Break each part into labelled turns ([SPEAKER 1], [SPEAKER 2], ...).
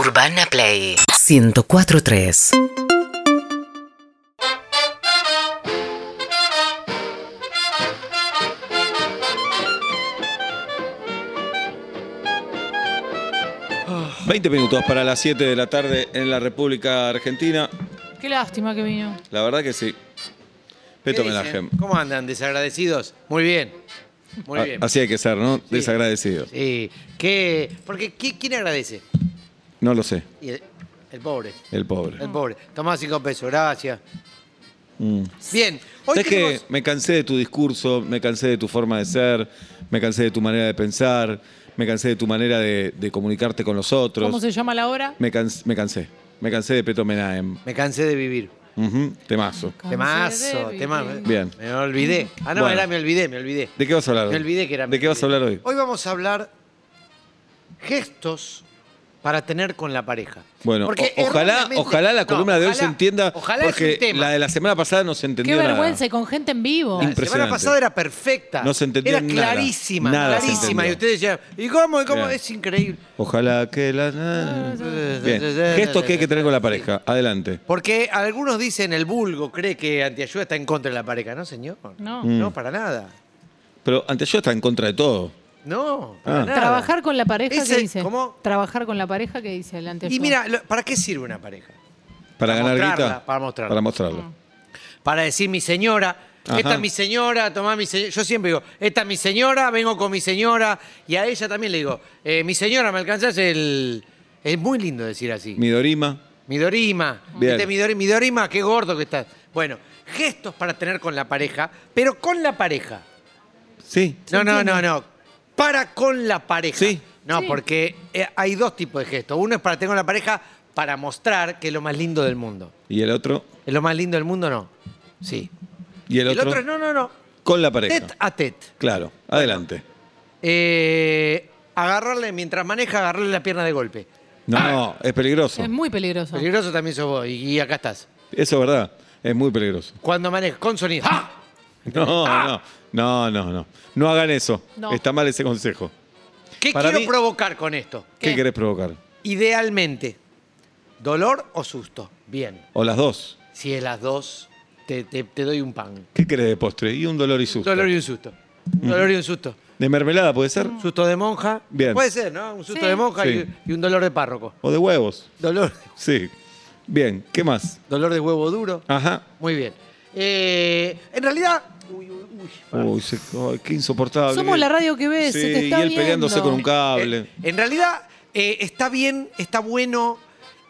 [SPEAKER 1] Urbana Play 1043.
[SPEAKER 2] Ah,
[SPEAKER 3] 20 minutos para las 7 de la tarde en la República Argentina.
[SPEAKER 2] Qué lástima que vino.
[SPEAKER 3] La verdad que sí.
[SPEAKER 4] ¿Qué
[SPEAKER 3] Peto
[SPEAKER 4] dicen?
[SPEAKER 3] homenaje.
[SPEAKER 4] ¿Cómo andan? ¿Desagradecidos? Muy bien. Muy
[SPEAKER 3] A-
[SPEAKER 4] bien.
[SPEAKER 3] Ah, Así hay que ser, ¿no? Desagradecido.
[SPEAKER 4] Sí. ¿Qué? Porque ¿qui- ¿quién agradece?
[SPEAKER 3] No lo sé,
[SPEAKER 4] Y el, el pobre.
[SPEAKER 3] el pobre.
[SPEAKER 4] El pobre. Tomá cinco pesos, gracias.
[SPEAKER 3] Mm.
[SPEAKER 4] Bien. Hoy
[SPEAKER 3] Es que
[SPEAKER 4] tenemos-
[SPEAKER 3] me cansé de tu discurso, me cansé de tu forma de ser, me cansé de tu manera de pensar, me cansé de tu manera de, de comunicarte con los otros.
[SPEAKER 2] ¿Cómo se llama la hora?
[SPEAKER 3] Me, cans- me cansé. Me cansé de Peto Menahem.
[SPEAKER 4] Me cansé de vivir.
[SPEAKER 3] Ujú, Temazo.
[SPEAKER 2] Cansé de
[SPEAKER 4] Temazo,
[SPEAKER 2] vivir.
[SPEAKER 4] temazo.
[SPEAKER 3] Bien.
[SPEAKER 4] Me olvidé. Ah, no,
[SPEAKER 3] Bueno.
[SPEAKER 4] era, me olvidé, me olvidé.
[SPEAKER 3] ¿De qué vas a hablar hoy?
[SPEAKER 4] Me olvidé que era.
[SPEAKER 3] ¿De qué vas a hablar hoy?
[SPEAKER 4] Hoy vamos a hablar gestos para tener con la pareja.
[SPEAKER 3] Bueno,
[SPEAKER 4] Porque
[SPEAKER 3] o- ojalá,
[SPEAKER 4] erróneamente-
[SPEAKER 3] ojalá la
[SPEAKER 4] no,
[SPEAKER 3] columna de hoy se
[SPEAKER 4] ojalá-
[SPEAKER 3] entienda,
[SPEAKER 4] Ojalá es
[SPEAKER 3] porque
[SPEAKER 4] un tema.
[SPEAKER 3] la de la semana pasada no se entendió
[SPEAKER 2] Qué
[SPEAKER 3] nada.
[SPEAKER 2] vergüenza y con gente en
[SPEAKER 3] Imp-
[SPEAKER 2] vivo.
[SPEAKER 4] Ah, La semana
[SPEAKER 3] Impresionante.
[SPEAKER 4] pasada era perfecta.
[SPEAKER 3] No se entendió
[SPEAKER 4] Era
[SPEAKER 3] nada.
[SPEAKER 4] clarísima,
[SPEAKER 3] Nada se
[SPEAKER 4] clarísima.
[SPEAKER 3] entendió.
[SPEAKER 4] Y ustedes decían, ¿y cómo? ¿Y cómo?
[SPEAKER 3] Bien.
[SPEAKER 4] Es increíble.
[SPEAKER 3] Ojalá que la...
[SPEAKER 4] Ah,
[SPEAKER 3] Bien, gestos que hay que tener con la pareja. Adelante.
[SPEAKER 4] Porque algunos dicen, el vulgo cree que Antiayuda está en contra de la pareja. No, señor.
[SPEAKER 2] No.
[SPEAKER 3] Mm.
[SPEAKER 4] No, para nada.
[SPEAKER 3] Pero ante yo está en contra de todo.
[SPEAKER 4] No, para
[SPEAKER 3] Ah.
[SPEAKER 4] nada.
[SPEAKER 2] Trabajar con la pareja
[SPEAKER 4] Ese-
[SPEAKER 2] que dice.
[SPEAKER 4] ¿Cómo?
[SPEAKER 2] Trabajar con la pareja que dice el anterior.
[SPEAKER 4] Y mira, lo- ¿para qué sirve una pareja?
[SPEAKER 3] Para,
[SPEAKER 4] Para
[SPEAKER 3] ganar
[SPEAKER 4] mostrarla,
[SPEAKER 3] guita.
[SPEAKER 4] para mostrarla. Ah,
[SPEAKER 3] Para mostrarlo.
[SPEAKER 4] Para decir, mi señora,
[SPEAKER 3] Ajá.
[SPEAKER 4] esta es mi señora, tomá mi señora. Yo siempre digo, esta es mi señora, vengo con mi señora. Y a ella también le digo, eh, mi señora, ¿me alcanzas el...? Es muy lindo decir así.
[SPEAKER 3] Midorima.
[SPEAKER 4] Midorima.
[SPEAKER 3] Bien.
[SPEAKER 4] ¿Viste Midori- Midorima? Qué gordo que estás. Bueno, gestos para tener con la pareja, pero con la pareja.
[SPEAKER 3] Sí.
[SPEAKER 4] No, no, no, no. Para con la pareja.
[SPEAKER 3] Sí.
[SPEAKER 4] No,
[SPEAKER 2] Sí.
[SPEAKER 4] porque eh, hay dos tipos de gestos. Uno es para tener con la pareja para mostrar que es lo más lindo del mundo.
[SPEAKER 3] Y el otro.
[SPEAKER 4] ¿Es lo más lindo del mundo? No. Sí.
[SPEAKER 3] Y el
[SPEAKER 4] El
[SPEAKER 3] otro.
[SPEAKER 4] otro, es no, no, no.
[SPEAKER 3] Con la pareja.
[SPEAKER 4] Tet a tet.
[SPEAKER 3] Claro. Adelante.
[SPEAKER 4] Eh, agarrarle, mientras maneja, agarrarle la pierna de golpe.
[SPEAKER 3] No,
[SPEAKER 4] Ah.
[SPEAKER 3] no, es peligroso.
[SPEAKER 2] Es muy peligroso.
[SPEAKER 4] Peligroso también sos vos. Y, y acá estás.
[SPEAKER 3] Eso es verdad. Es muy peligroso.
[SPEAKER 4] Cuando maneja, con sonido. ¡Ah!
[SPEAKER 3] No, no. No, no, no. No hagan eso.
[SPEAKER 2] No.
[SPEAKER 3] Está mal ese consejo.
[SPEAKER 4] ¿Qué
[SPEAKER 3] Para
[SPEAKER 4] quiero
[SPEAKER 3] mí-
[SPEAKER 4] provocar con esto?
[SPEAKER 3] ¿Qué,
[SPEAKER 2] ¿Qué?
[SPEAKER 3] querés provocar?
[SPEAKER 4] Idealmente, dolor o susto. Bien.
[SPEAKER 3] O las dos.
[SPEAKER 4] Si es las dos, te, te- te doy un pan.
[SPEAKER 3] ¿Qué querés de postre? Y un dolor y susto.
[SPEAKER 4] Dolor y un susto. Mm. Un Dolor y un susto.
[SPEAKER 3] ¿De mermelada puede ser?
[SPEAKER 4] Susto de monja.
[SPEAKER 3] Bien.
[SPEAKER 4] Puede ser, ¿no? Un susto
[SPEAKER 2] Sí.
[SPEAKER 4] de monja y-
[SPEAKER 3] Sí.
[SPEAKER 4] y, un dolor de párroco.
[SPEAKER 3] ¿O de huevos?
[SPEAKER 4] Dolor,
[SPEAKER 3] Sí. Bien, ¿qué más?
[SPEAKER 4] dolor de huevo duro.
[SPEAKER 3] Ajá.
[SPEAKER 4] Muy bien. Eh, en realidad. Uy, uy, uy.
[SPEAKER 3] Uy, se- ay, qué insoportable.
[SPEAKER 2] Somos la radio que ves,
[SPEAKER 3] Sí,
[SPEAKER 2] se te está
[SPEAKER 3] y él
[SPEAKER 2] viendo.
[SPEAKER 3] peleándose con un cable.
[SPEAKER 4] Eh, en realidad, eh, está bien, está bueno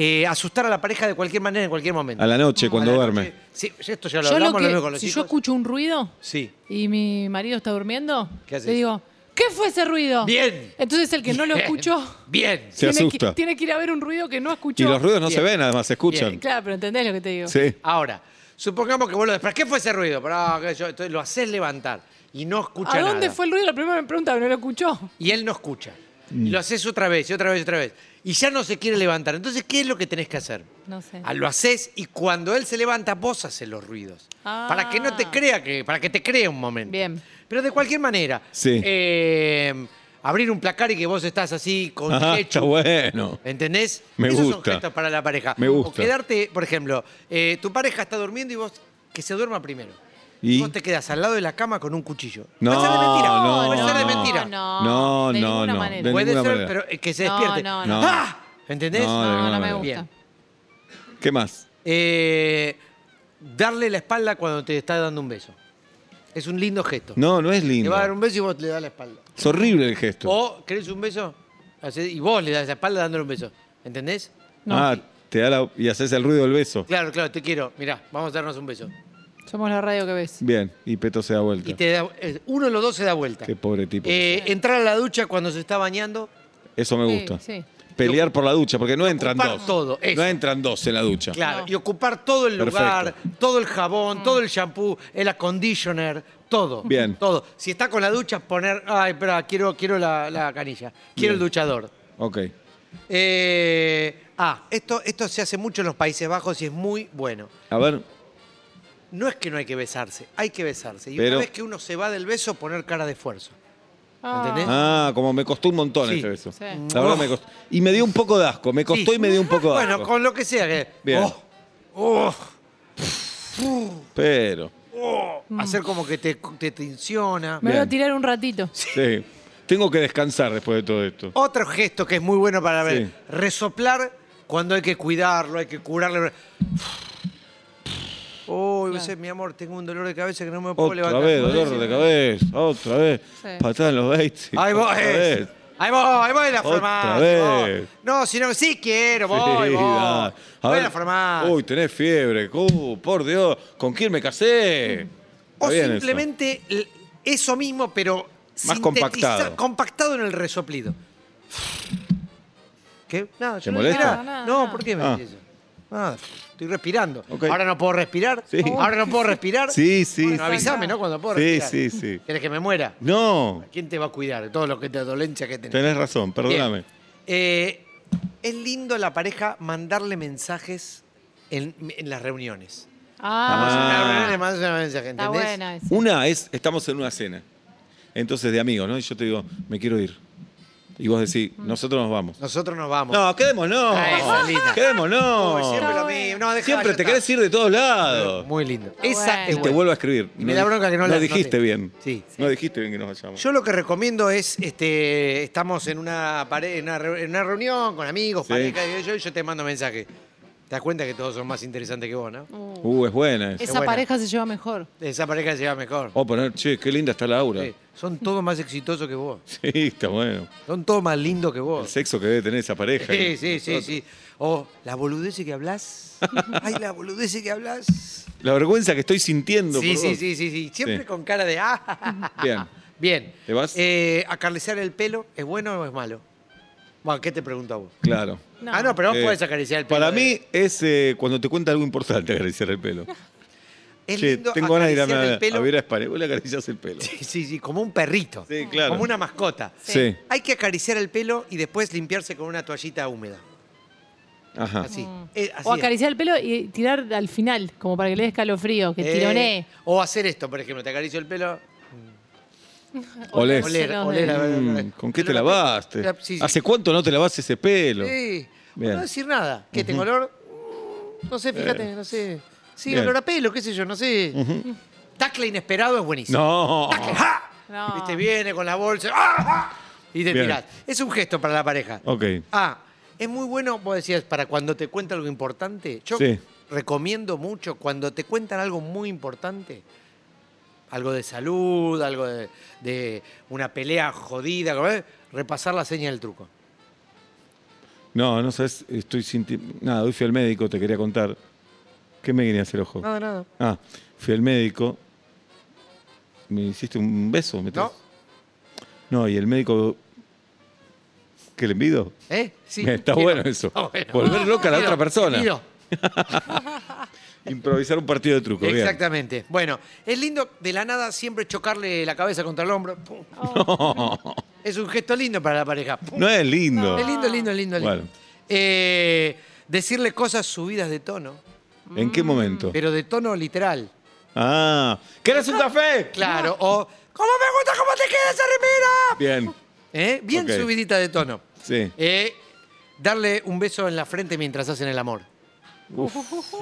[SPEAKER 4] eh, asustar a la pareja de cualquier manera, en cualquier momento.
[SPEAKER 3] a la noche, cuando
[SPEAKER 4] A la
[SPEAKER 3] duerme.
[SPEAKER 4] noche. Sí, esto ya lo
[SPEAKER 2] Yo lo
[SPEAKER 4] hablamos,
[SPEAKER 2] que-
[SPEAKER 4] lo vemos con los
[SPEAKER 2] si yo
[SPEAKER 4] chicos.
[SPEAKER 2] escucho un ruido
[SPEAKER 4] Sí.
[SPEAKER 2] y mi marido está durmiendo,
[SPEAKER 4] ¿Qué haces?
[SPEAKER 2] le digo, ¿qué fue ese ruido?
[SPEAKER 4] Bien.
[SPEAKER 2] Entonces el que no lo
[SPEAKER 4] Bien.
[SPEAKER 2] escuchó
[SPEAKER 4] Bien.
[SPEAKER 3] Se
[SPEAKER 2] tiene
[SPEAKER 3] asusta.
[SPEAKER 2] Que, tiene que ir a ver un ruido que no escuchó. Eh,
[SPEAKER 3] Y los ruidos no
[SPEAKER 4] Bien.
[SPEAKER 3] se ven, además, se escuchan.
[SPEAKER 4] Bien,
[SPEAKER 2] Claro, pero entendés lo que te digo.
[SPEAKER 3] Sí.
[SPEAKER 4] Ahora, supongamos que vos lo despre- ¿Qué fue ese ruido? Pará, qué sé yo. Entonces lo haces levantar y no escucha
[SPEAKER 2] ¿A dónde
[SPEAKER 4] nada.
[SPEAKER 2] fue el ruido? La primera me pregunta, pero no lo escuchó.
[SPEAKER 4] Y él no escucha.
[SPEAKER 3] Mm.
[SPEAKER 4] Y lo haces otra vez, y otra vez, y otra vez. Y ya no se quiere levantar. Entonces, ¿qué es lo que tenés que hacer?
[SPEAKER 2] No sé.
[SPEAKER 4] Ah, Lo haces y cuando él se levanta, vos haces los ruidos.
[SPEAKER 2] Ah.
[SPEAKER 4] Para que no te crea que. Para que te crea un momento.
[SPEAKER 2] Bien.
[SPEAKER 4] Pero de cualquier manera.
[SPEAKER 3] Sí.
[SPEAKER 4] eh, abrir un placar y que vos estás así con
[SPEAKER 3] Ah,
[SPEAKER 4] ketchup.
[SPEAKER 3] está bueno.
[SPEAKER 4] ¿Entendés?
[SPEAKER 3] Me
[SPEAKER 4] Esos
[SPEAKER 3] gusta.
[SPEAKER 4] son gestos para la pareja.
[SPEAKER 3] Me
[SPEAKER 4] O
[SPEAKER 3] gusta.
[SPEAKER 4] quedarte, por ejemplo, eh, tu pareja está durmiendo y vos que se duerma primero.
[SPEAKER 3] ¿Y?
[SPEAKER 4] vos te quedas al lado de la cama con un cuchillo.
[SPEAKER 3] No,
[SPEAKER 4] puede ser de mentira.
[SPEAKER 3] no,
[SPEAKER 4] puede ser de
[SPEAKER 3] no.
[SPEAKER 4] mentira.
[SPEAKER 2] No,
[SPEAKER 3] No,
[SPEAKER 2] de
[SPEAKER 3] no,
[SPEAKER 2] ninguna
[SPEAKER 3] no.
[SPEAKER 2] manera.
[SPEAKER 3] De
[SPEAKER 4] Puede ser,
[SPEAKER 3] ninguna manera.
[SPEAKER 4] pero eh, que se
[SPEAKER 2] No,
[SPEAKER 4] despierte.
[SPEAKER 2] no,
[SPEAKER 3] no.
[SPEAKER 4] ¡Ah! ¿Entendés?
[SPEAKER 3] Ah, No, de
[SPEAKER 2] No, no,
[SPEAKER 3] ninguna
[SPEAKER 2] me
[SPEAKER 3] manera.
[SPEAKER 2] gusta.
[SPEAKER 4] Bien.
[SPEAKER 3] ¿Qué más?
[SPEAKER 4] Eh, darle la espalda cuando te está dando un beso. Es un lindo gesto.
[SPEAKER 3] No, no es
[SPEAKER 4] Te
[SPEAKER 3] lindo.
[SPEAKER 4] va a dar un Oh, beso y vos le das la espalda.
[SPEAKER 3] Es horrible el gesto.
[SPEAKER 4] O, ¿querés un beso? Hacés- Y vos le das la espalda dándole un beso. ¿Entendés?
[SPEAKER 2] No.
[SPEAKER 3] Ah, te da la- y haces el ruido del beso.
[SPEAKER 4] Claro, claro, te quiero. Mirá, vamos a darnos un beso.
[SPEAKER 2] Somos la radio que ves.
[SPEAKER 3] Bien, y Peto se da vuelta.
[SPEAKER 4] Y te da- eh, uno de los dos se da vuelta.
[SPEAKER 3] Qué pobre tipo.
[SPEAKER 4] Eh, entrar a la ducha cuando se está bañando.
[SPEAKER 3] Eso me
[SPEAKER 2] Sí,
[SPEAKER 3] gusta.
[SPEAKER 2] sí.
[SPEAKER 3] Pelear por la ducha, porque no entran
[SPEAKER 4] Ocupar
[SPEAKER 3] dos.
[SPEAKER 4] todo, eso.
[SPEAKER 3] no entran dos en la ducha.
[SPEAKER 4] Claro,
[SPEAKER 2] No.
[SPEAKER 4] y ocupar todo el
[SPEAKER 3] Perfecto.
[SPEAKER 4] lugar, todo el jabón, todo el shampoo, el aconditioner, todo.
[SPEAKER 3] Bien.
[SPEAKER 4] Todo. Si está con la ducha, poner, ay, espera, quiero, quiero la, la canilla, quiero el duchador.
[SPEAKER 3] Ok.
[SPEAKER 4] Eh, ah, esto, esto se hace mucho en los Países Bajos y es muy bueno.
[SPEAKER 3] A ver,
[SPEAKER 4] No es que no hay que besarse, hay que besarse. Y
[SPEAKER 3] Pero-
[SPEAKER 4] una vez que uno se va del beso, poner cara de esfuerzo.
[SPEAKER 2] Ah.
[SPEAKER 4] ¿Entendés?
[SPEAKER 3] Ah, como me costó un montón
[SPEAKER 4] Sí.
[SPEAKER 3] este beso.
[SPEAKER 2] Sí.
[SPEAKER 3] La verdad
[SPEAKER 4] Oh.
[SPEAKER 3] me costó. Y me dio un poco de asco. Me costó
[SPEAKER 4] Sí.
[SPEAKER 3] y me dio un poco de asco.
[SPEAKER 4] Bueno, con lo que sea. que-
[SPEAKER 3] Bien.
[SPEAKER 4] Oh, oh,
[SPEAKER 3] Pero.
[SPEAKER 4] oh. Hacer como que te, te tensiona.
[SPEAKER 2] Me voy a
[SPEAKER 3] Bien.
[SPEAKER 2] tirar un ratito.
[SPEAKER 3] Sí. Tengo que descansar después de todo esto.
[SPEAKER 4] Otro gesto que es muy bueno para ver.
[SPEAKER 3] Sí.
[SPEAKER 4] Resoplar cuando hay que cuidarlo, hay que curarlo. Uy, vos sabés, mi amor, tengo un dolor de cabeza que no me puedo
[SPEAKER 3] Otra
[SPEAKER 4] levantar.
[SPEAKER 3] vez, dolor de cabeza. Otra vez.
[SPEAKER 2] Sí.
[SPEAKER 3] Patada en los 20.
[SPEAKER 4] Ahí voy.
[SPEAKER 3] Otra vez.
[SPEAKER 4] Ahí voy, ahí voy a la
[SPEAKER 3] Otra
[SPEAKER 4] farmacia.
[SPEAKER 3] vez.
[SPEAKER 4] voy. No, sino que sí quiero, voy,
[SPEAKER 3] Sí,
[SPEAKER 4] voy.
[SPEAKER 3] da. A
[SPEAKER 4] Voy
[SPEAKER 3] ver.
[SPEAKER 4] a la farmacia.
[SPEAKER 3] Uy, tenés fiebre. Uh, por Dios. ¿Con quién me casé?
[SPEAKER 4] o
[SPEAKER 3] Está bien eso.
[SPEAKER 4] simplemente l- eso mismo, pero
[SPEAKER 3] Más
[SPEAKER 4] sintetiza-
[SPEAKER 3] compactado.
[SPEAKER 4] compactado en el resoplido. ¿Qué? Nada,
[SPEAKER 3] ¿Te
[SPEAKER 4] yo no
[SPEAKER 3] molesta?
[SPEAKER 4] mirá.
[SPEAKER 2] No, nada,
[SPEAKER 4] no,
[SPEAKER 2] nada.
[SPEAKER 4] ¿por qué me
[SPEAKER 3] Ah.
[SPEAKER 4] decís eso? Nada, estoy respirando.
[SPEAKER 3] Ok.
[SPEAKER 4] Ahora no puedo respirar.
[SPEAKER 3] Sí.
[SPEAKER 4] Ahora no puedo respirar.
[SPEAKER 3] Sí, sí,
[SPEAKER 4] Bueno,
[SPEAKER 3] sí.
[SPEAKER 4] avísame, ¿no? Cuando puedo
[SPEAKER 3] Sí,
[SPEAKER 4] respirar.
[SPEAKER 3] sí, sí.
[SPEAKER 4] ¿Querés que me muera?
[SPEAKER 3] No.
[SPEAKER 4] ¿Quién te va a cuidar de todos los que te dolencia que tenés?
[SPEAKER 3] Tenés razón, perdóname.
[SPEAKER 4] Bien. Eh, es lindo la pareja mandarle mensajes en, en las reuniones. Vamos a una
[SPEAKER 2] Ah,
[SPEAKER 4] reunión y le mandas un mensaje,
[SPEAKER 2] está
[SPEAKER 4] ¿entendés?
[SPEAKER 2] buena esa.
[SPEAKER 3] Una es, estamos en una cena. Entonces, de amigos, ¿no? Y yo te digo, me quiero ir. Y vos decís, nosotros nos vamos.
[SPEAKER 4] Nosotros nos vamos.
[SPEAKER 3] No, quedémonos.
[SPEAKER 4] Ah, esa es linda. Uy,
[SPEAKER 3] Quedémonos.
[SPEAKER 4] siempre
[SPEAKER 2] Está
[SPEAKER 4] lo
[SPEAKER 2] bueno.
[SPEAKER 4] mismo. No, dejá,
[SPEAKER 3] Siempre
[SPEAKER 4] ya
[SPEAKER 3] te
[SPEAKER 4] está.
[SPEAKER 3] querés ir de todos lados.
[SPEAKER 4] Muy lindo.
[SPEAKER 2] Está
[SPEAKER 4] Esa
[SPEAKER 2] bueno.
[SPEAKER 4] es
[SPEAKER 3] Y te
[SPEAKER 4] buena.
[SPEAKER 3] vuelvo a escribir.
[SPEAKER 4] Y me da bronca que no la
[SPEAKER 3] No dijiste
[SPEAKER 4] anoté.
[SPEAKER 3] bien.
[SPEAKER 4] Sí.
[SPEAKER 3] No dijiste bien que nos vayamos.
[SPEAKER 4] Yo lo que recomiendo es, este, estamos en una, pare- en una, re- en una reunión con amigos,
[SPEAKER 3] Sí.
[SPEAKER 4] pareja, y yo, y yo te mando mensaje. Te das cuenta que todos son más interesantes que vos, ¿no?
[SPEAKER 2] Uh,
[SPEAKER 3] Uh, es buena esa.
[SPEAKER 2] esa
[SPEAKER 4] buena.
[SPEAKER 2] pareja se lleva mejor.
[SPEAKER 4] Esa pareja se va mejor.
[SPEAKER 3] O poner, che, qué linda está Laura.
[SPEAKER 4] Sí. Son todos más exitosos que vos.
[SPEAKER 3] Sí, está bueno.
[SPEAKER 4] Son todos más lindos que
[SPEAKER 3] El
[SPEAKER 4] vos.
[SPEAKER 3] sexo que debe tener esa pareja.
[SPEAKER 4] Sí, sí, sí, sí. O la boludez que hablas. Ay, la boludez que hablas.
[SPEAKER 3] La vergüenza que estoy sintiendo.
[SPEAKER 4] Sí,
[SPEAKER 3] por
[SPEAKER 4] sí,
[SPEAKER 3] vos.
[SPEAKER 4] sí, sí, sí. Siempre
[SPEAKER 3] Sí.
[SPEAKER 4] con cara de ah.
[SPEAKER 3] Bien.
[SPEAKER 4] Bien.
[SPEAKER 3] ¿Te vas?
[SPEAKER 4] Eh, acariciar el pelo, ¿es bueno o es malo? Bueno, ¿qué te pregunto a vos?
[SPEAKER 3] Claro.
[SPEAKER 2] No.
[SPEAKER 4] Ah, no, pero vos
[SPEAKER 3] Eh,
[SPEAKER 4] podés acariciar el pelo.
[SPEAKER 3] Para
[SPEAKER 4] de-
[SPEAKER 3] mí es eh, cuando te cuenta algo importante acariciar el pelo.
[SPEAKER 4] es
[SPEAKER 3] che,
[SPEAKER 4] lindo
[SPEAKER 3] tengo ganas de ir a,
[SPEAKER 4] acariciar el
[SPEAKER 3] a
[SPEAKER 4] pelo.
[SPEAKER 3] ver a España. Vos le acariciás el pelo.
[SPEAKER 4] Sí, sí, sí, como un perrito.
[SPEAKER 3] Sí, claro.
[SPEAKER 4] Como una mascota.
[SPEAKER 3] Sí.
[SPEAKER 2] Sí.
[SPEAKER 4] Hay que acariciar el pelo y después limpiarse con una toallita húmeda.
[SPEAKER 3] Ajá.
[SPEAKER 4] Así. Eh,
[SPEAKER 2] Mm.
[SPEAKER 4] así
[SPEAKER 2] o
[SPEAKER 4] es.
[SPEAKER 2] acariciar el pelo y tirar al final, como para que le dé escalofrío, que
[SPEAKER 4] Eh,
[SPEAKER 2] tironee.
[SPEAKER 4] O hacer esto, por ejemplo, te acaricio el pelo.
[SPEAKER 3] Olés.
[SPEAKER 4] Oler,
[SPEAKER 2] Llenos
[SPEAKER 4] oler,
[SPEAKER 2] de-
[SPEAKER 4] a ver, a ver.
[SPEAKER 3] Mm, ¿Con qué te
[SPEAKER 4] Pero-
[SPEAKER 3] lavaste?
[SPEAKER 4] Sí, sí.
[SPEAKER 3] ¿Hace cuánto no te lavas ese pelo?
[SPEAKER 4] Sí.
[SPEAKER 3] Bien.
[SPEAKER 4] No decir nada. ¿Qué tengo olor? No sé, fíjate, no sé. Sí,
[SPEAKER 3] Bien.
[SPEAKER 4] olor a pelo, qué sé yo, no sé. Tacle inesperado es buenísimo.
[SPEAKER 3] No.
[SPEAKER 4] ¡Ja!
[SPEAKER 2] No.
[SPEAKER 4] Viste, viene con la bolsa. ¡ah, ah! Y te
[SPEAKER 3] Bien. Oh.
[SPEAKER 4] tirás. Es un gesto para la pareja.
[SPEAKER 3] Ok.
[SPEAKER 4] Ah, es muy bueno, vos decías, para cuando te cuenta algo importante. Yo
[SPEAKER 3] Sí.
[SPEAKER 4] recomiendo mucho cuando te cuentan algo muy importante. Algo de salud, algo de, de una pelea jodida, ¿eh? repasar la seña del truco.
[SPEAKER 3] No, no sabes, estoy sintiendo. Nada, hoy fui al médico, te quería contar. ¿Qué me guiñas el ojo?
[SPEAKER 4] Nada, nada.
[SPEAKER 3] Ah, fui al médico. ¿Me hiciste un beso? ¿Me
[SPEAKER 4] No.
[SPEAKER 3] traes? No, y el médico. ¿Qué le envido?
[SPEAKER 4] ¿Eh? Sí.
[SPEAKER 3] Bien, está bueno eso.
[SPEAKER 4] Ah,
[SPEAKER 3] Volver loca a la otra persona.
[SPEAKER 4] Miro.
[SPEAKER 3] Improvisar un partido de truco. bien.
[SPEAKER 4] Exactamente. Bueno, es lindo de la nada siempre chocarle la cabeza contra el hombro. Pum. Es un gesto lindo para la pareja. Pum.
[SPEAKER 3] No es lindo.
[SPEAKER 4] Es lindo, lindo, lindo, lindo.
[SPEAKER 3] Bueno.
[SPEAKER 4] Eh, decirle cosas subidas de tono,
[SPEAKER 3] ¿En qué momento?
[SPEAKER 4] pero de tono literal.
[SPEAKER 3] Ah, ¿quieres un café?
[SPEAKER 4] Claro. O, ¿cómo me gusta cómo te queda esa remera?
[SPEAKER 3] Bien,
[SPEAKER 4] ¿Eh? Bien
[SPEAKER 3] Ok.
[SPEAKER 4] subidita de tono.
[SPEAKER 3] sí.
[SPEAKER 4] Eh, darle un beso en la frente mientras hacen el amor.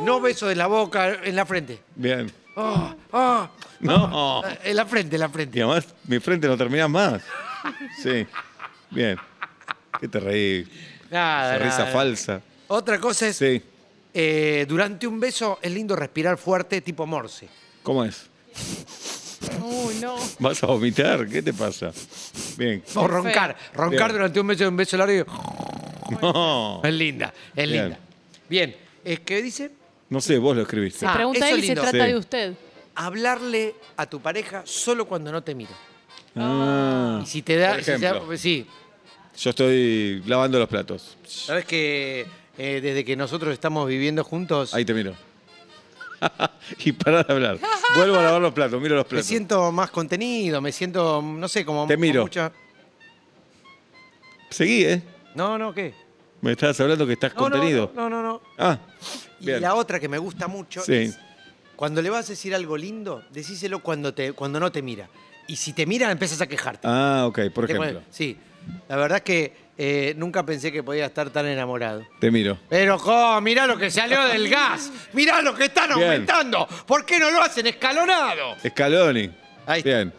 [SPEAKER 4] No beso en la boca, en la frente.
[SPEAKER 3] Bien.
[SPEAKER 4] Oh, oh,
[SPEAKER 3] No.
[SPEAKER 4] Ah, en la frente, en la
[SPEAKER 3] Y
[SPEAKER 4] frente.
[SPEAKER 3] además, mi frente no termina más. Sí. Bien. ¿Qué te reí?
[SPEAKER 4] Nada,
[SPEAKER 3] Esa risa
[SPEAKER 4] nada.
[SPEAKER 3] falsa.
[SPEAKER 4] Otra cosa es,
[SPEAKER 3] Sí.
[SPEAKER 4] eh, durante un beso es lindo respirar fuerte, tipo morse.
[SPEAKER 3] ¿Cómo es?
[SPEAKER 2] Uy, no.
[SPEAKER 3] ¿Vas a vomitar? ¿Qué te pasa? Bien.
[SPEAKER 4] O roncar. Roncar
[SPEAKER 3] Bien.
[SPEAKER 4] durante un beso de un beso largo. y-
[SPEAKER 3] No.
[SPEAKER 4] Es linda, es
[SPEAKER 3] Bien.
[SPEAKER 4] linda. Bien, eh, ¿qué dice?
[SPEAKER 3] No sé, vos lo escribiste.
[SPEAKER 4] Ah,
[SPEAKER 2] Pregunta
[SPEAKER 4] eso
[SPEAKER 2] él y se
[SPEAKER 4] lindo.
[SPEAKER 2] trata
[SPEAKER 3] Sí.
[SPEAKER 2] de usted.
[SPEAKER 4] Hablarle a tu pareja solo cuando no te mira.
[SPEAKER 3] Ah.
[SPEAKER 4] Y si te da...
[SPEAKER 3] Por
[SPEAKER 4] si te da- pues
[SPEAKER 3] ejemplo.
[SPEAKER 4] sí,
[SPEAKER 3] Yo estoy lavando los platos.
[SPEAKER 4] sabes que eh, desde que nosotros estamos viviendo juntos,
[SPEAKER 3] Ahí te miro. y para de hablar. Vuelvo a lavar los platos, miro los
[SPEAKER 4] me
[SPEAKER 3] platos.
[SPEAKER 4] siento más contenido, me siento, no sé, como...
[SPEAKER 3] Te
[SPEAKER 4] con
[SPEAKER 3] miro.
[SPEAKER 4] mucha-
[SPEAKER 3] Seguí, ¿eh?
[SPEAKER 4] No, no, ¿qué?
[SPEAKER 3] Me estabas hablando que estás
[SPEAKER 4] No, no,
[SPEAKER 3] contenido.
[SPEAKER 4] No, no, no.
[SPEAKER 3] Ah,
[SPEAKER 4] Y
[SPEAKER 3] bien.
[SPEAKER 4] la otra que me gusta mucho
[SPEAKER 3] Sí.
[SPEAKER 4] es cuando le vas a decir algo lindo, decíselo cuando, te, cuando no te mira. Y si te miran, empiezas a quejarte.
[SPEAKER 3] Ah, ok, por
[SPEAKER 4] Te pones-
[SPEAKER 3] ejemplo.
[SPEAKER 4] sí. La verdad es que eh, nunca pensé que podía estar tan enamorado.
[SPEAKER 3] Te miro.
[SPEAKER 4] Pero, jo, mirá lo que salió del gas. Mirá lo que están
[SPEAKER 3] Bien.
[SPEAKER 4] aumentando. ¿Por qué no lo hacen escalonado?
[SPEAKER 3] Scaloni.
[SPEAKER 4] Ahí está.
[SPEAKER 3] Bien.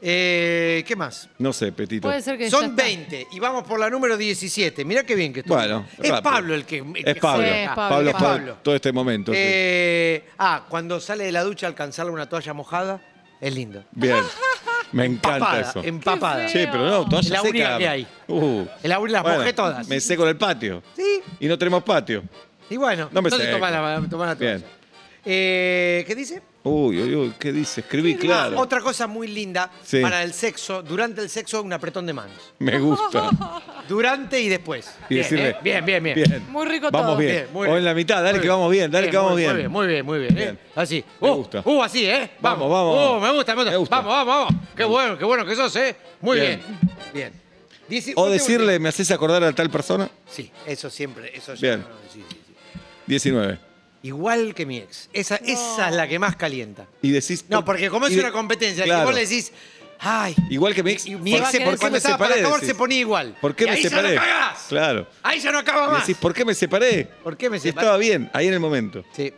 [SPEAKER 4] Eh, ¿Qué más?
[SPEAKER 3] No sé, Petito.
[SPEAKER 2] Puede ser que ya
[SPEAKER 4] Son
[SPEAKER 2] está.
[SPEAKER 4] 20 y vamos por la número 17. Mirá qué bien que estuvo.
[SPEAKER 3] Bueno,
[SPEAKER 4] es
[SPEAKER 3] rápido.
[SPEAKER 4] Pablo el que. el que
[SPEAKER 3] Es Pablo.
[SPEAKER 4] juega.
[SPEAKER 2] Sí, es
[SPEAKER 3] Pablo,
[SPEAKER 2] Pablo,
[SPEAKER 3] es Pablo.
[SPEAKER 4] Pablo.
[SPEAKER 3] Todo este momento. sí.
[SPEAKER 4] Eh, ah, cuando sale de la ducha alcanzarle una toalla mojada, es lindo.
[SPEAKER 3] Bien. Me encanta
[SPEAKER 4] Empapada,
[SPEAKER 3] eso.
[SPEAKER 4] empapada.
[SPEAKER 2] Qué
[SPEAKER 3] Che, pero no, todas
[SPEAKER 4] Es la única que hay. Es la única, las mojé todas.
[SPEAKER 3] Uh. Me seco en el patio.
[SPEAKER 4] Sí,
[SPEAKER 3] Y no tenemos patio.
[SPEAKER 4] y bueno,
[SPEAKER 3] No me
[SPEAKER 4] entonces
[SPEAKER 3] seco.
[SPEAKER 4] tomá la, tomá la toalla.
[SPEAKER 3] Bien.
[SPEAKER 4] Eh, ¿Qué dice?
[SPEAKER 3] Uy, uy, uy, ¿qué dice? Escribí,
[SPEAKER 4] Ah,
[SPEAKER 3] claro.
[SPEAKER 4] Otra cosa muy linda
[SPEAKER 3] Sí.
[SPEAKER 4] para el sexo, durante el sexo, un apretón de manos.
[SPEAKER 3] Me gusta.
[SPEAKER 4] Durante y después.
[SPEAKER 3] Y
[SPEAKER 4] bien,
[SPEAKER 3] decirle-
[SPEAKER 4] ¿eh? bien, bien, bien.
[SPEAKER 3] Bien.
[SPEAKER 2] Muy rico todo.
[SPEAKER 3] Vamos bien.
[SPEAKER 4] Bien, muy
[SPEAKER 3] o
[SPEAKER 4] bien.
[SPEAKER 3] en la mitad, dale
[SPEAKER 4] Muy
[SPEAKER 3] que vamos bien, dale que vamos
[SPEAKER 4] muy,
[SPEAKER 3] bien.
[SPEAKER 4] Muy bien, muy bien, muy bien.
[SPEAKER 3] Bien.
[SPEAKER 4] ¿eh? Así.
[SPEAKER 3] Me
[SPEAKER 4] uh,
[SPEAKER 3] gusta.
[SPEAKER 4] Uh, así, ¿eh? Vamos,
[SPEAKER 3] Vamos, vamos.
[SPEAKER 4] Uh, me gusta, me gusta.
[SPEAKER 3] Me gusta.
[SPEAKER 4] Vamos, vamos, vamos. Qué bueno, qué bueno que sos, ¿eh? Muy bien.
[SPEAKER 3] Bien.
[SPEAKER 4] Bien. Dieci-
[SPEAKER 3] O
[SPEAKER 4] último-
[SPEAKER 3] decirle, ¿me haces acordar a tal persona?
[SPEAKER 4] Sí, eso siempre. Eso ya-
[SPEAKER 3] Bien.
[SPEAKER 4] sí, sí, sí.
[SPEAKER 3] 19.
[SPEAKER 4] Igual que mi ex. Esa, esa es la que más calienta.
[SPEAKER 3] Y decís.
[SPEAKER 4] No, porque como es
[SPEAKER 3] y de-
[SPEAKER 4] una competencia, si
[SPEAKER 3] Claro.
[SPEAKER 4] vos le decís, ay,
[SPEAKER 3] Igual que mi ex.
[SPEAKER 4] y
[SPEAKER 3] ¿por
[SPEAKER 4] mi
[SPEAKER 3] qué-
[SPEAKER 4] ex
[SPEAKER 2] se-
[SPEAKER 3] ¿Por qué
[SPEAKER 4] cuando
[SPEAKER 3] me
[SPEAKER 4] estaba para
[SPEAKER 3] separé?
[SPEAKER 4] acabar
[SPEAKER 3] decís?
[SPEAKER 4] se ponía igual.
[SPEAKER 3] ¿Por qué
[SPEAKER 4] Y
[SPEAKER 3] me
[SPEAKER 4] ahí
[SPEAKER 3] separé?
[SPEAKER 4] Ya no cagás.
[SPEAKER 3] Claro.
[SPEAKER 4] Ahí ya no acaba
[SPEAKER 3] Y
[SPEAKER 4] más.
[SPEAKER 3] decís, ¿por qué me separé?
[SPEAKER 4] ¿Por qué me
[SPEAKER 3] Si
[SPEAKER 4] separé?
[SPEAKER 3] estaba bien, ahí en el momento.
[SPEAKER 4] Sí.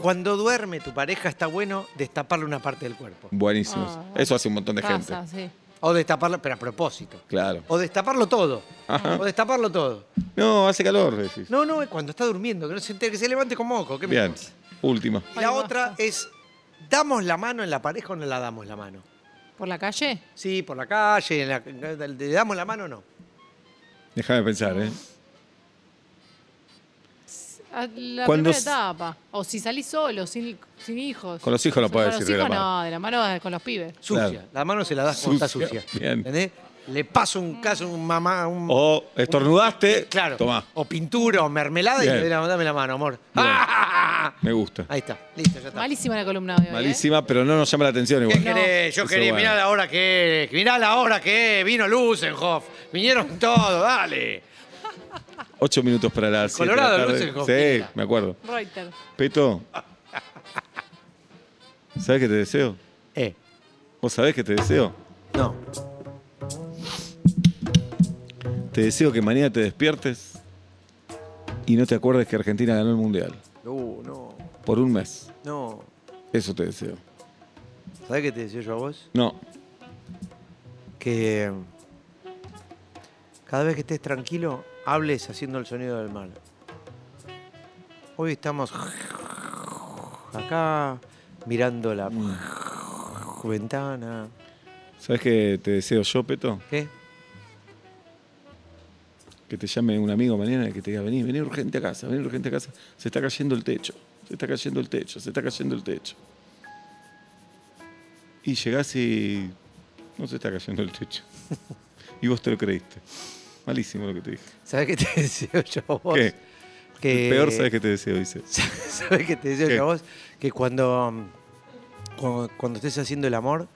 [SPEAKER 4] Cuando duerme tu pareja está bueno destaparle una parte del cuerpo.
[SPEAKER 3] Buenísimo.
[SPEAKER 2] Ah.
[SPEAKER 3] Eso hace un montón de gente.
[SPEAKER 2] Pasa, sí.
[SPEAKER 4] O destaparlo, pero a propósito.
[SPEAKER 3] Claro.
[SPEAKER 4] O destaparlo todo.
[SPEAKER 3] Ajá.
[SPEAKER 4] O destaparlo todo.
[SPEAKER 3] No, hace calor, decís.
[SPEAKER 4] No, no, es cuando está durmiendo, que no se entere, que se levante con moco. ¿qué me
[SPEAKER 3] Bien.
[SPEAKER 4] importa?
[SPEAKER 3] Última.
[SPEAKER 4] Y la
[SPEAKER 2] Ay,
[SPEAKER 4] otra
[SPEAKER 2] basta.
[SPEAKER 4] es, ¿damos la mano en la pareja o no la damos la mano?
[SPEAKER 2] ¿Por la calle?
[SPEAKER 4] Sí, por la calle, en la- ¿le damos la mano o no?
[SPEAKER 3] Déjame pensar, ¿eh?
[SPEAKER 2] A la
[SPEAKER 3] Cuando
[SPEAKER 2] primera
[SPEAKER 3] s-
[SPEAKER 2] etapa. O si salís solo, sin, sin hijos.
[SPEAKER 3] Con los hijos no
[SPEAKER 2] Con
[SPEAKER 3] podés
[SPEAKER 2] los
[SPEAKER 3] decir de la
[SPEAKER 2] hijos
[SPEAKER 3] mano.
[SPEAKER 2] No, de la mano con los pibes.
[SPEAKER 4] Sucia.
[SPEAKER 3] Claro.
[SPEAKER 4] La mano se la das cuando está
[SPEAKER 3] Sucia,
[SPEAKER 4] sucia.
[SPEAKER 3] bien.
[SPEAKER 4] ¿Entendés? Le paso un caso, un mamá, un...
[SPEAKER 3] O estornudaste.
[SPEAKER 4] Mm. Claro.
[SPEAKER 3] Tomá.
[SPEAKER 4] O pintura o mermelada y
[SPEAKER 3] Bien.
[SPEAKER 4] le damos- dame la mano, amor.
[SPEAKER 3] Bien.
[SPEAKER 4] ¡Ah!
[SPEAKER 3] Me gusta.
[SPEAKER 4] Ahí está. Listo, ya está.
[SPEAKER 2] Malísima la columna de hoy. ¿eh?
[SPEAKER 3] Malísima, pero no nos llama la atención
[SPEAKER 4] ¿Qué
[SPEAKER 3] igual.
[SPEAKER 4] querés? Yo
[SPEAKER 3] Eso
[SPEAKER 4] quería,
[SPEAKER 3] bueno.
[SPEAKER 4] mirá la hora que es, mirá la hora que es, vino Lusenhoff, vinieron todos, dale.
[SPEAKER 3] Ocho minutos para las siete de la
[SPEAKER 4] Colorado,
[SPEAKER 3] tarde. Sí,
[SPEAKER 4] Lucho, Copita.
[SPEAKER 3] me acuerdo.
[SPEAKER 2] Reuter.
[SPEAKER 3] Peto. ¿Sabes qué te deseo?
[SPEAKER 4] Eh,
[SPEAKER 3] ¿Vos sabés qué te deseo?
[SPEAKER 4] no.
[SPEAKER 3] Te deseo que mañana te despiertes y no te acuerdes que Argentina ganó el Mundial.
[SPEAKER 4] Uh, no,
[SPEAKER 3] Por un mes.
[SPEAKER 4] no.
[SPEAKER 3] Eso te deseo.
[SPEAKER 4] ¿Sabés qué te decía yo a vos?
[SPEAKER 3] No.
[SPEAKER 4] Que eh, cada vez que estés tranquilo, hables haciendo el sonido del mar. Hoy estamos acá, mirando la ventana.
[SPEAKER 3] ¿Sabes qué te deseo yo, Peto?
[SPEAKER 4] ¿Qué?
[SPEAKER 3] Que te llame un amigo mañana y que te diga, vení, vení urgente a casa, vení urgente a casa. Se está cayendo el techo, se está cayendo el techo, se está cayendo el techo. Y llegás y no se está cayendo el techo. y vos te lo creíste. Malísimo lo que te dije.
[SPEAKER 4] ¿Sabés qué te deseo yo a vos?
[SPEAKER 3] ¿Qué?
[SPEAKER 4] Que-
[SPEAKER 3] El peor sabes que te deseo, dice.
[SPEAKER 4] ¿Sabes qué te decía
[SPEAKER 3] ¿Qué?
[SPEAKER 4] yo a vos? Que cuando, mm, cuando, cuando estés haciendo el amor,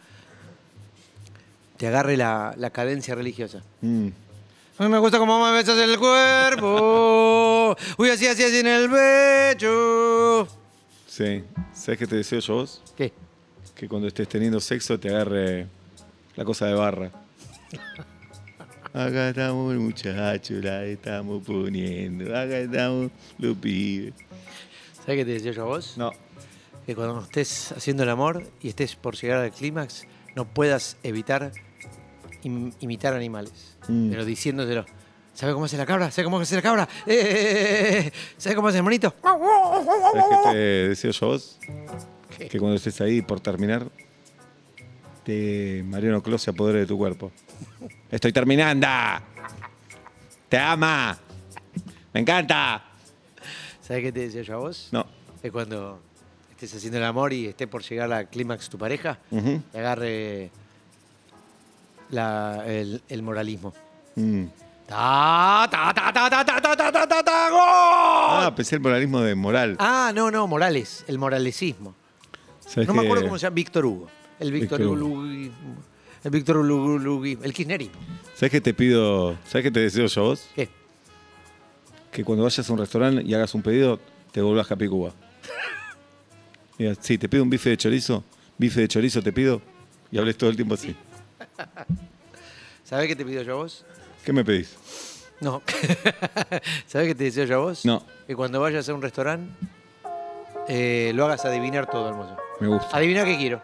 [SPEAKER 4] te agarre la, la cadencia religiosa.
[SPEAKER 3] Mm.
[SPEAKER 4] Ay, me gusta cómo me besas el cuerpo. Uy, así, así, así en el pecho.
[SPEAKER 3] Sí. ¿Sabes qué te deseo yo a vos?
[SPEAKER 4] ¿Qué?
[SPEAKER 3] Que cuando estés teniendo sexo te agarre la cosa de barra. Acá estamos muchachos, la estamos poniendo. Acá estamos los pibes.
[SPEAKER 4] ¿Sabes qué te decía yo a vos?
[SPEAKER 3] No.
[SPEAKER 4] Que cuando estés haciendo el amor y estés por llegar al clímax, no puedas evitar im- imitar animales.
[SPEAKER 3] Mm.
[SPEAKER 4] Pero diciéndoselo. ¿Sabes cómo hace la cabra? ¿Sabes cómo hace la cabra? Eh, eh, eh, eh. ¿Sabes cómo hace el monito?
[SPEAKER 3] ¿Sabes qué te deseo yo a vos?
[SPEAKER 4] ¿Qué?
[SPEAKER 3] Que cuando estés ahí por terminar, te Mariano Clos se apodere de tu cuerpo. Estoy terminando. Te ama. Me encanta.
[SPEAKER 4] ¿Sabes qué te decía yo a vos?
[SPEAKER 3] No.
[SPEAKER 4] Es cuando estés haciendo el amor y esté por llegar al clímax tu pareja,
[SPEAKER 3] Ujú.
[SPEAKER 4] te agarre la- el, el moralismo.
[SPEAKER 3] Mm.
[SPEAKER 4] ¡Ta, ta, ta, ta, ta, ta, ta, ta, ta, ta, ta, gol!
[SPEAKER 3] Ah, pensé el moralismo de moral.
[SPEAKER 4] Ah, no, no, Morales, el moralecismo.
[SPEAKER 3] ¿Sabes
[SPEAKER 4] no me
[SPEAKER 3] qué?
[SPEAKER 4] acuerdo cómo se llama, Víctor Hugo. El Víctor
[SPEAKER 3] Víctor
[SPEAKER 4] Hugo. El Víctor Hugo, Hugo- el kirchnerismo.
[SPEAKER 3] ¿Sabes qué te pido? ¿Sabes qué te deseo yo a vos?
[SPEAKER 4] ¿Qué?
[SPEAKER 3] Que cuando vayas a un restaurante y hagas un pedido, te volvás Happy Cuba. Mira, sí, te pido un bife de chorizo. Bife de chorizo te pido. y hables todo el tiempo así.
[SPEAKER 4] ¿Sabés qué te pido yo a vos?
[SPEAKER 3] ¿Qué me pedís?
[SPEAKER 4] No. ¿Sabés qué te deseo yo a vos?
[SPEAKER 3] No.
[SPEAKER 4] Que cuando vayas a un restaurante eh, lo hagas adivinar todo, hermoso.
[SPEAKER 3] Me gusta.
[SPEAKER 4] Adivina qué quiero.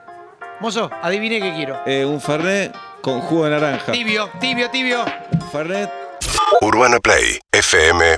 [SPEAKER 4] Mozo, adivine qué quiero.
[SPEAKER 3] Eh, un Fernet con jugo de naranja.
[SPEAKER 4] Tibio, tibio, tibio.
[SPEAKER 3] Fernet
[SPEAKER 5] UrbanaPlayFM.com